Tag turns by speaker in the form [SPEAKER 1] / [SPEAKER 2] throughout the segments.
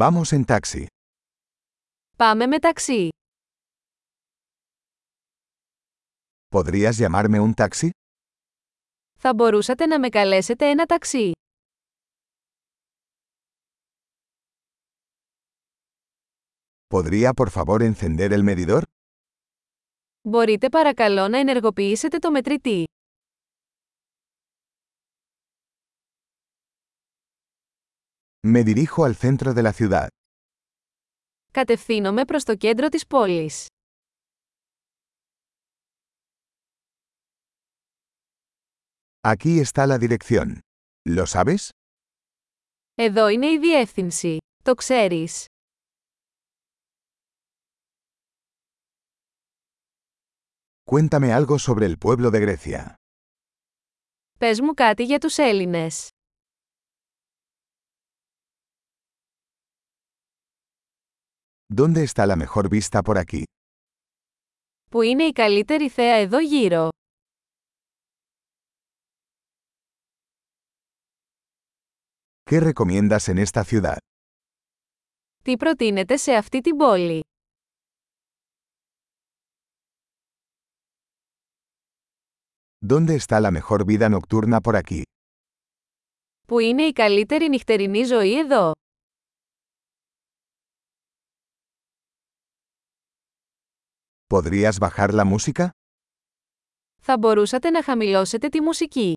[SPEAKER 1] Vamos en taxi.
[SPEAKER 2] Πάμε με ταξί.
[SPEAKER 1] ¿Podrías llamarme un taxi?
[SPEAKER 2] Θα μπορούσατε να με καλέσετε ένα ταξί.
[SPEAKER 1] ¿Podría por favor encender el medidor?
[SPEAKER 2] Μπορείτε παρακαλώ να ενεργοποιήσετε το μετρητή.
[SPEAKER 1] Me dirijo al centro de la ciudad.
[SPEAKER 2] Κατευθύνομαι προς το κέντρο της πόλης.
[SPEAKER 1] Aquí está la dirección. ¿Lo sabes?
[SPEAKER 2] Εδώ είναι η διεύθυνση. Το ξέρεις.
[SPEAKER 1] Cuéntame algo sobre el pueblo de Grecia.
[SPEAKER 2] Πες μου κάτι για τους Έλληνες.
[SPEAKER 1] ¿Dónde está la mejor vista por aquí?
[SPEAKER 2] Πού είναι η καλύτερη θέα εδώ γύρω.
[SPEAKER 1] ¿Qué recomiendas en esta ciudad?
[SPEAKER 2] Τι προτείνετε σε αυτή την πόλη.
[SPEAKER 1] ¿Dónde está la mejor vida nocturna por aquí?
[SPEAKER 2] Πού είναι η καλύτερη νυχτερινή ζωή εδώ.
[SPEAKER 1] ¿Podrías bajar la música?
[SPEAKER 2] Θα μπορούσατε να χαμηλώσετε τη μουσική.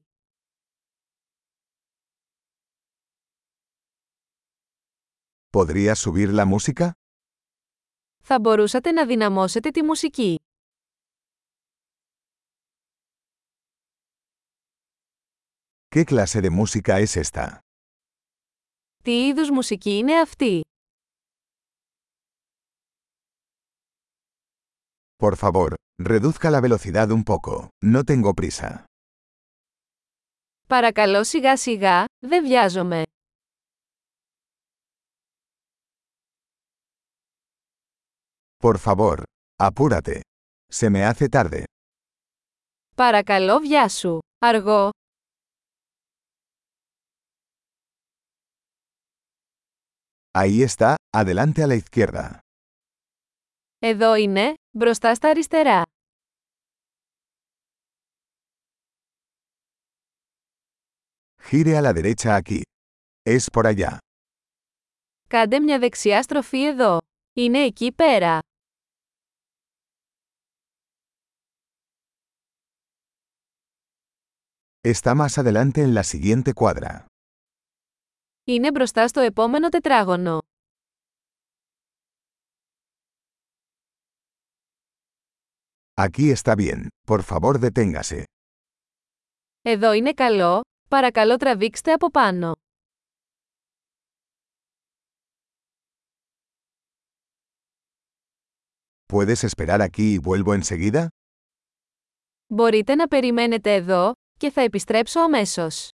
[SPEAKER 1] ¿Podrías subir la música?
[SPEAKER 2] Θα μπορούσατε να δυναμώσετε τη μουσική.
[SPEAKER 1] ¿Qué clase de música es esta?
[SPEAKER 2] Τι είδους μουσική είναι αυτή.
[SPEAKER 1] Por favor, reduzca la velocidad un poco. No tengo prisa.
[SPEAKER 2] Παρακαλώ σιγά σιγά, δεν βιάζομαι.
[SPEAKER 1] Por favor, apúrate. Se me hace tarde.
[SPEAKER 2] Παρακαλώ βιάσου. Αργό.
[SPEAKER 1] Ahí está, adelante a la izquierda.
[SPEAKER 2] Εδώ είναι, μπροστά στα αριστερά.
[SPEAKER 1] Gire a la derecha aquí. Es por allá.
[SPEAKER 2] Κάντε μια δεξιά στροφή εδώ. Είναι εκεί πέρα.
[SPEAKER 1] Está más adelante en la siguiente cuadra.
[SPEAKER 2] Είναι μπροστά στο επόμενο τετράγωνο.
[SPEAKER 1] Aquí está bien. Por favor, deténgase.
[SPEAKER 2] Εδώ είναι καλό, παρακαλώ τραβήξτε από πάνω.
[SPEAKER 1] ¿Puedes esperar aquí y vuelvo enseguida?
[SPEAKER 2] Μπορείτε να περιμένετε εδώ και θα επιστρέψω αμέσως.